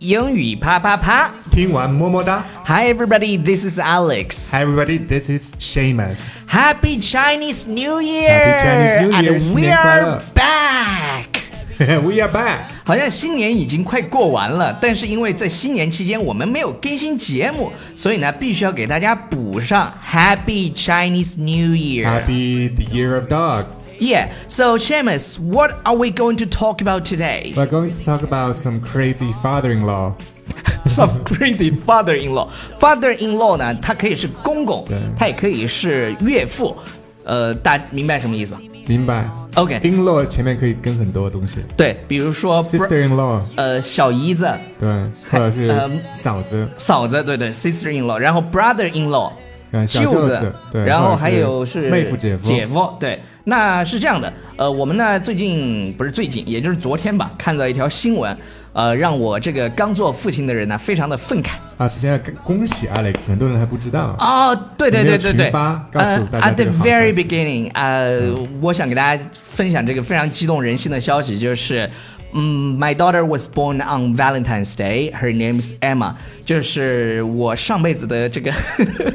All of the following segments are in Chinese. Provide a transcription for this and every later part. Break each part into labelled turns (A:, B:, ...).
A: 英语啪啪啪
B: 听完么么哒。
A: ！Hi everybody, this is Alex.
B: Hi everybody, this is Shamus.
A: Happy Chinese New Year!
B: Happy Chinese New Year，
A: And
B: 新
A: we
B: 年快
A: are
B: 乐
A: back.
B: We are back.
A: 好像新年已经快过完了，但是因为在新年期间我们没有更新节目，所以呢，必须要给大家补上 Happy Chinese New Year.
B: Happy the Year of Dog.
A: Yeah. So, Seamus, what are we going to talk about today?
B: We're going to talk about some crazy father-in-law.
A: Some crazy father-in-law. Father-in-law 呢，它可以是公公
B: 对，
A: 它也可以是岳父。呃，大明白什么意思吗？
B: 明白
A: OK
B: In-law 前面可以跟很多东西
A: 对，比如说 bro-
B: ，sister-in-law
A: 呃小姨子、
B: 对，或
A: 嗯
B: 者是嫂子，
A: 嫂子，对对，sister-in-law，然后 brother-in-law。
B: 嗯，小
A: 舅
B: 舅
A: 子
B: 子，，对，
A: 然
B: 或
A: 后
B: 者
A: 还有是
B: 妹夫姐夫，
A: 姐夫，对，那是这样的，呃，我们呢最近不是最近，也就是昨天吧，看到一条新闻，呃，让我这个刚做父亲的人呢非常的愤慨
B: 啊，首先要恭喜 Alex，很多人还不知道，
A: 哦，对对
B: 你没
A: 对对
B: 有
A: 对
B: 群发，告诉大家
A: at
B: 这
A: the
B: 个好消息嗯
A: very beginning，呃，我想给大家分享这个非常激动人心的消息，就是。嗯，My daughter was born on Valentine's Day. Her name's Emma. 就是我上辈子的这 个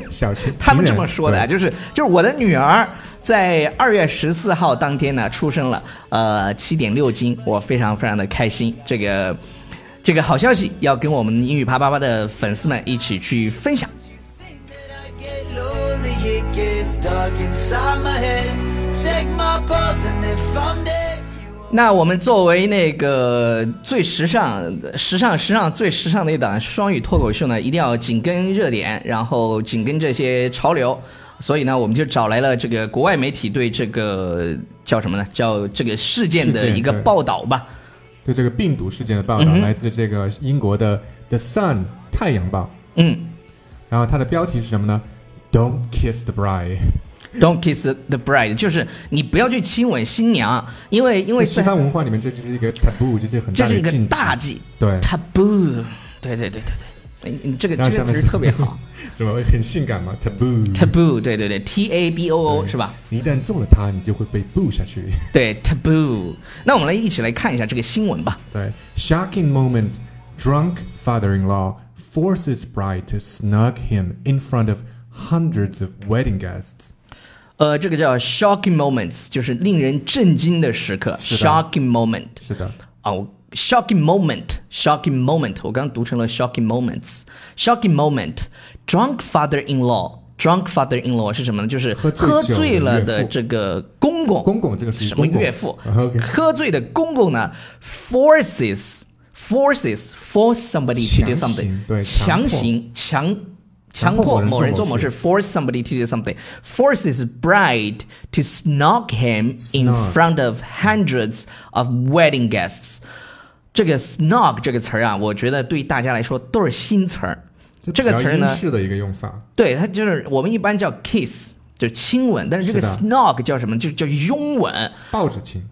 B: 小情
A: 他们
B: 情
A: 这么
B: 人
A: 说的啊，
B: 对
A: 就是就是我的女儿在二月十四号当天呢出生了，呃，七点六斤，我非常非常的开心。这个这个好消息要跟我们英语啪啪啪的粉丝们一起去分享。
C: I get lonely, it gets dark inside my head. Take my pulse, and if I'm dead, you
A: 那我们作为那个最时尚、时尚、时尚最时尚的一档双语脱口秀呢，一定要紧跟热点，然后紧跟这些潮流。所以呢，我们就找来了这个国外媒体对这个叫什么呢？叫这个事件的
B: 事件
A: 一个
B: 对
A: 报道吧。
B: 对这个病毒事件的报
A: 嗯
B: 道，来自这个英国的《The Sun》太阳报，
A: 嗯
B: 然后它的标题是什么呢？Don't kiss the bride。
A: ，Don't kiss the bride，就是你不要去亲吻新娘，因为因为
B: 在西
A: 在
B: 方文化里面，这就是一个 taboo，这是很
A: 这
B: 大的
A: 是一
B: 禁
A: 个
B: 忌。
A: 大忌
B: 对，
A: ，taboo。对对对对对，哎你这个
B: 然后
A: 这个
B: 下
A: 词
B: 面
A: 儿
B: 是嗯
A: 特别好
B: 什么很性感嘛，taboo。
A: ，taboo。对对对，t a b o o
B: 对
A: 是吧？？
B: 你一旦中了它，你就会被 boo 下去。
A: 对，taboo。那我们来一起来看一下这个新闻吧。
B: 对，shocking moment. Drunk father-in-law forces bride to snug him in front of hundreds of wedding guests.
A: 呃，这个叫 shocking moments，就是令人震惊的时刻。
B: 是的
A: shocking moment
B: 是的，
A: 啊、我 shocking moment，shocking moment，我刚读成了 shocking moments，shocking moment，drunk father-in-law，drunk father-in-law 是什么呢？就是
B: 喝醉
A: 喝
B: 酒
A: 醉
B: 的
A: 了
B: 岳
A: 的
B: 父
A: 这个公公。
B: 公公这个是
A: 什么
B: 公公啊
A: 岳父
B: OK
A: 喝醉的公公呢？forces forces force somebody to do
B: 强
A: something，
B: 行对强
A: 强
B: 迫
A: 行强强
B: 强
A: 迫
B: 迫
A: 某
B: 某
A: 人
B: 人
A: 做
B: 做
A: 某
B: 某
A: 事
B: 事
A: ，force somebody to do something。forces bride to snog him in
B: Snog
A: front of hundreds of wedding guests。这个 snog 这个词儿啊，我觉得对大家来说都是新词儿。这个词儿
B: 比较英
A: 呢，
B: 式的一个用法。
A: 对，它就是我们一般叫 kiss，就是亲吻，但是这个
B: 是的
A: snog 叫什么？就叫拥吻，
B: 抱着亲，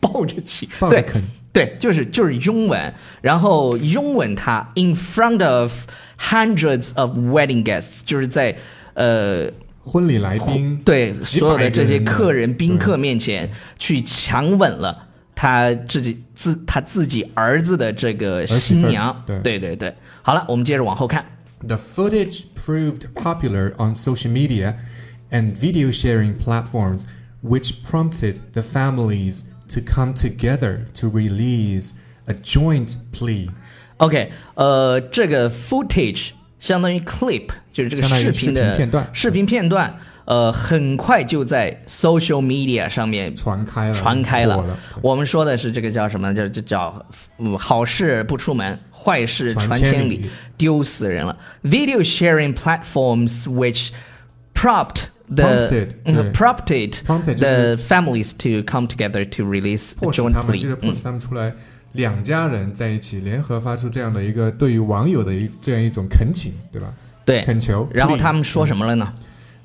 A: 抱着亲，
B: 抱着
A: 对
B: 啃
A: 对，就是就是拥吻，然后拥吻他 in front of hundreds of wedding guests，就是在呃
B: 婚礼来宾
A: 对
B: 几百
A: 所有的这些
B: 个人呢
A: 客人、宾客
B: 对
A: 面前去强吻了他自己自他自己儿子的这个
B: 媳妇
A: 新
B: 儿
A: 娘。
B: 对
A: 对对对，好了，我们接着往后看。
B: The footage proved popular on social media and video sharing platforms, which prompted the families to come together to release a joint plea.
A: OK，呃，这个 footage 相当于 clip，就是这个
B: 相当
A: 视
B: 于
A: 频的
B: 视频片段
A: 视频片段呃，很快就在 social media 上面
B: 传开了，
A: 传开了
B: 火嗯了。对
A: 我们说的是这个叫什么？叫就叫嗯，好事不出门，坏事
B: 传
A: 传
B: 千
A: 千
B: 里
A: 里，丢死人了。Video sharing platforms which propped the
B: Prompted，
A: 嗯
B: 对
A: prompted the
B: Prompted 就是
A: families to come together to release a
B: 迫使
A: joint
B: 他们，就
A: plea 嗯
B: 是。迫使他们出来，两家人在一起联合发出这样的一个对于网友的一这样一种恳请，对吧？
A: 对，
B: 恳求。
A: 然后他
B: plea
A: 们说什么了呢？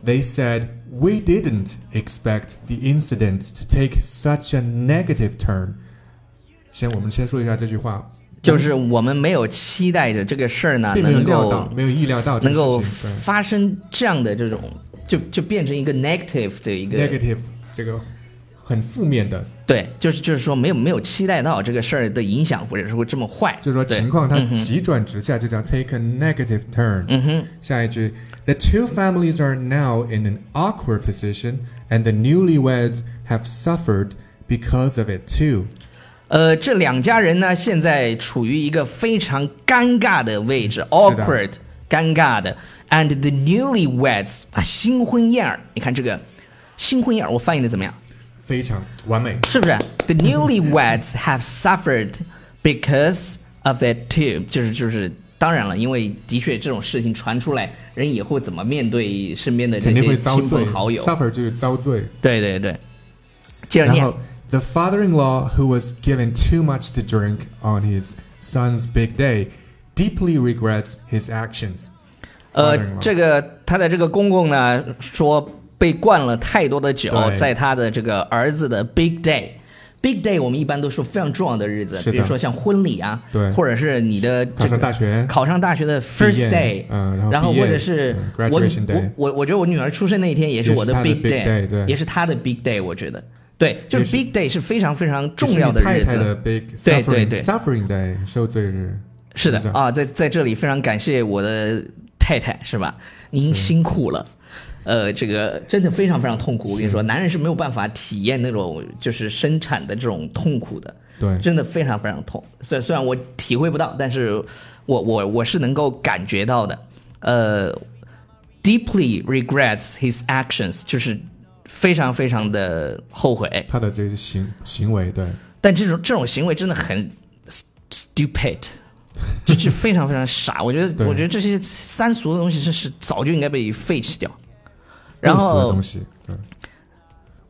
B: They said, We didn't expect the incident to take such a negative turn. 先，我们先说一下这句话，
A: 就是我们没有期待着这个事儿呢，
B: 并没有
A: 能
B: 料到
A: 够，
B: 没有意料到这
A: 能
B: 个
A: 够
B: 事情
A: 发生这样的这种，就就变成一个 negative 的一
B: 对
A: 个
B: negative 这个很负面的，
A: 对，就是就是说没有没有期待到这个事儿的影响或者是会这么坏，
B: 就是说
A: 对
B: 情况它
A: 嗯哼
B: 急转直下，就讲 take a negative turn。
A: 嗯哼，
B: 下一句，the two families are now in an awkward position, and the newlyweds have suffered because of it too.
A: 呃，这两家人呢，现在处于一个非常尴尬的位置，awkward，尴尬的。And the newlyweds 啊，新婚燕尔，你看这个新婚燕尔，我翻译的怎么样？
B: 非常完美。
A: 是不是？The newlyweds have suffered because of that too，就是就是，当然了，因为的确这种事情传出来，人以后怎么面对身边的这些亲朋好友？
B: Suffer 就是遭罪。
A: 对对对，接着念。
B: the father-in-law, who was given too much to drink on his son's big day, deeply regrets his actions.
A: 呃
B: Father-in-law，
A: 这个他的这个公公呢说被灌了太多的酒
B: 对，
A: 在他的这个儿子的 big day。Big day，我们一般都说非常重要的日子，
B: 是的
A: 比如说像婚礼啊，
B: 对
A: 或者是你的、这个、
B: 考上大学
A: 考上大学的 first
B: 毕业
A: day，
B: 嗯然后
A: 然后
B: 毕业
A: 或者是
B: 嗯
A: 我
B: graduation day
A: 我我我觉得我女儿出生那一天也是我
B: 也是她的
A: big
B: big day，对
A: 也是她的 big day，我觉得，对，就是
B: 也是
A: big day 是非常非常重要的日子，
B: 是你太太的 big
A: 对，
B: suffering-
A: 对，对。
B: suffering day，受罪日。
A: 是的
B: 是不是
A: 啊，在在这里非常感谢我的太太，是吧？您辛苦了。呃，这个真的非常非常痛苦。我跟你说，男人是没有办法体验那种就是生产的这种痛苦的，
B: 对
A: 真的非常非常痛。虽虽然我体会不到，但是我我我是能够感觉到的。呃，deeply regrets his actions，就是非常非常的后悔。
B: 他的这些行-行为，对。
A: 但这种这种行为真的很 st- stupid，就是非常非常傻。我觉得，
B: 对
A: 我觉得这些三俗的东西是是早就应该被废弃掉。然后
B: 不死的东西，对。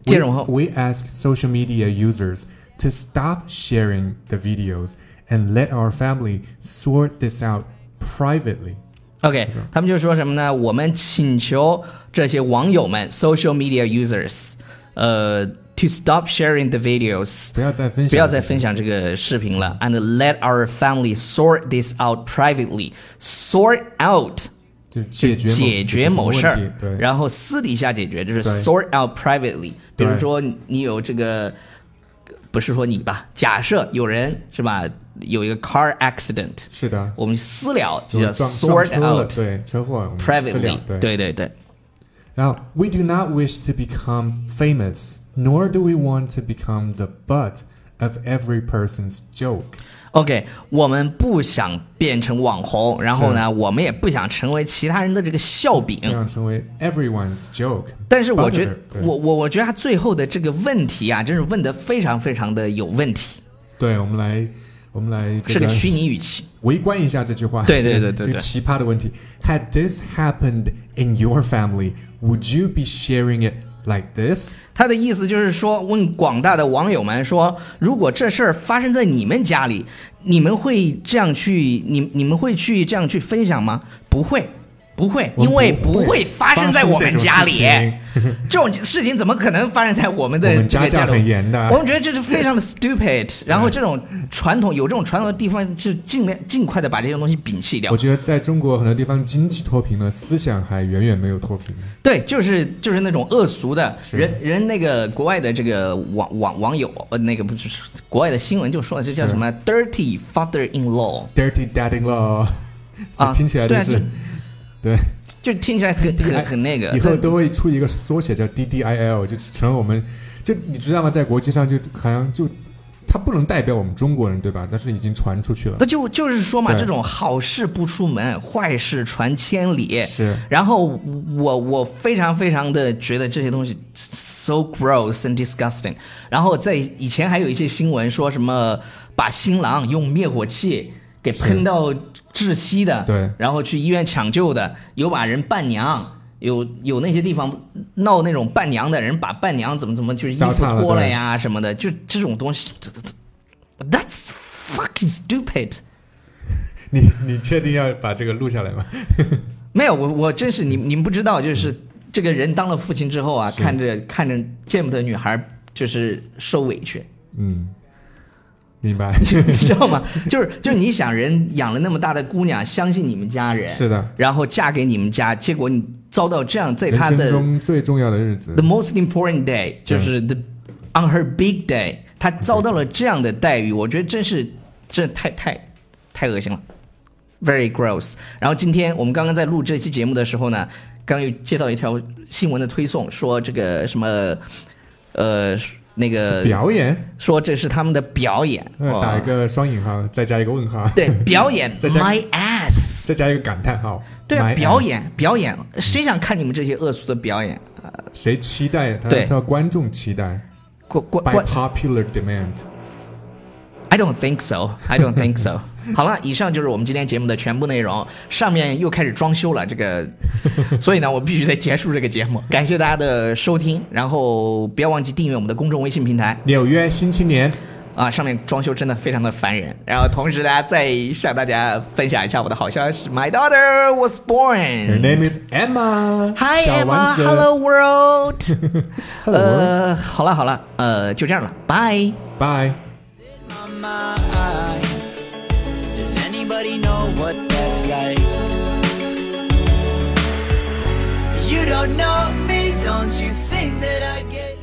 A: 接着往后，
B: We, we ask social media users to stop sharing the videos and let our family sort this out privately.
A: OK，他们就说什么呢？我们请求这些网友们 （social media users） 呃，to stop sharing the videos，
B: 不要再分享，
A: 不要再分享这个视频了，and let our family sort this out privately。sort out
B: 就是解决某-
A: 解决某事儿
B: 解决某问题，对。，
A: 然后私底下解决，就是
B: 对
A: sort out privately。比
B: 对
A: 如说你有这个，不是说你吧，假设有人是吧，有一个 car accident，
B: 是的，
A: 我们私了就叫
B: 就是撞-
A: sort
B: 撞车了，
A: out
B: 对，车祸，我们
A: privately
B: 私了，对。。
A: 对对对，
B: Now, we do not wish to become famous, nor do we want to become the butt of every person's joke.
A: OK，我们不想变成网红，然后呢，我们也不想成为其他人的这个笑柄。
B: 不想成为 everyone's joke.
A: 但是我觉得
B: Butt of it，对。，
A: 我我我觉得他最后的这个问题啊，真是问的非常非常的有问题，
B: 对，我们来，我们来这
A: 是个虚拟语气。
B: 围观一下这句话。
A: 对对对对
B: 这个
A: 对
B: 奇葩的问题。Had this happened in your family, would you be sharing it like this？
A: 他的意思就是说，问广大的网友们说，如果这事儿发生在你们家里，你们会这样去，你你们会去这样去分享吗？不会，不会，
B: 我们
A: 因为
B: 不
A: 不
B: 会
A: 会发生在我们家里
B: 发生。
A: 这种事情怎么可能发生在我们的
B: 我们
A: 这
B: 家
A: 个
B: 教
A: 家
B: 很
A: 里？
B: 严的
A: 我。们觉得这是非常的 stupid，然后这种传统有这种传统的地方，就尽量尽快的把这些东西摒弃掉
B: 我。觉得在中国很多地方经济脱贫了，思想还远远没有脱贫。
A: 对，就是就是那种恶俗的
B: 是
A: 人人那个国外的这个网网网友，呃，那个不是国外的新闻就说了，这叫
B: 是
A: 什么 “dirty father-in-law”，
B: Dirty Daddy Law，
A: 啊
B: 听起来就
A: 对啊
B: 是对。
A: 就听起来很
B: 哎
A: 很很那个
B: 以。后
A: 但
B: 都会出一个缩写叫 DDIL，就成了我们，就你知道吗？在国际上就好像就它不能代表我们中国人，对吧？但是已经传出去了
A: 那。就就是说嘛，
B: 对
A: 这种好事不出门，坏事传千里。
B: 是
A: 然后我我非常非常的觉得这些东西 so gross and disgusting。然后在以前还有一些新闻说什么把新郎用灭火器给喷到窒息的，
B: 对
A: 然后去医院抢救的，有把人伴娘。有有那些地方闹那种伴娘的人，把伴娘怎么怎么就是衣
B: 糟
A: 服
B: 蹋了
A: 脱了
B: 对
A: 呀什么的，就这种东西这这这，That's fucking stupid。
B: 你，你确定要把这个录下来吗？
A: 没有，我我真是你你们不知道，就是这个人当了父亲之后啊，
B: 是
A: 看着看着见不得女孩就是受委 屈，
B: 嗯，明白。
A: 你知道吗？就是就是你想人养了那么大的姑娘，相信你们家人，
B: 是的，
A: 然后嫁给你们家，结果你遭到这样，在
B: 人
A: 她
B: 生
A: 的
B: 中最重要的日子嗯
A: the，most important day 就是 the on her big day，她遭到了这样的待遇，我觉得真是，真的太太太恶心了，very gross。然后今天我们刚刚在录这期节目的时候呢，刚又接到一条新闻的推送，说这个什么，呃，那个
B: 表演，
A: 说这是他们的表演，
B: 呃，打
A: 哇
B: 一个双引号，再加一个问号，
A: 对表演
B: 再加
A: ，my ass。
B: 再加一个感叹号。
A: 对啊，
B: My
A: 表
B: ass
A: 演表演，谁想看你们这些恶俗的表演？呃
B: 哎谁期待？他
A: 对
B: 他观众期待
A: 关关
B: ，by
A: 关
B: popular demand。
A: I don't think so. I don't think so. 好了，以上就是我们今天节目的全部内容。上面又开始装修了，这个，所以呢，我必须得结束这个节目。感谢大家的收听，然后不要忘记订阅我们的公众微信平台
B: 纽约新青年，
A: 啊，上面装修真的非常的烦人。然后同时，大家再向大家分享一下我的好消息：My daughter was
B: her
A: born.
B: name is Emma。
A: Hi
B: 小丸
A: Emma,
B: 子
A: hello world.
B: Hello
A: 呃，好了好了，呃，就这样了，拜。
B: Bye.
C: my mind. Does anybody know what that's like? You don't know me, don't you think that I get?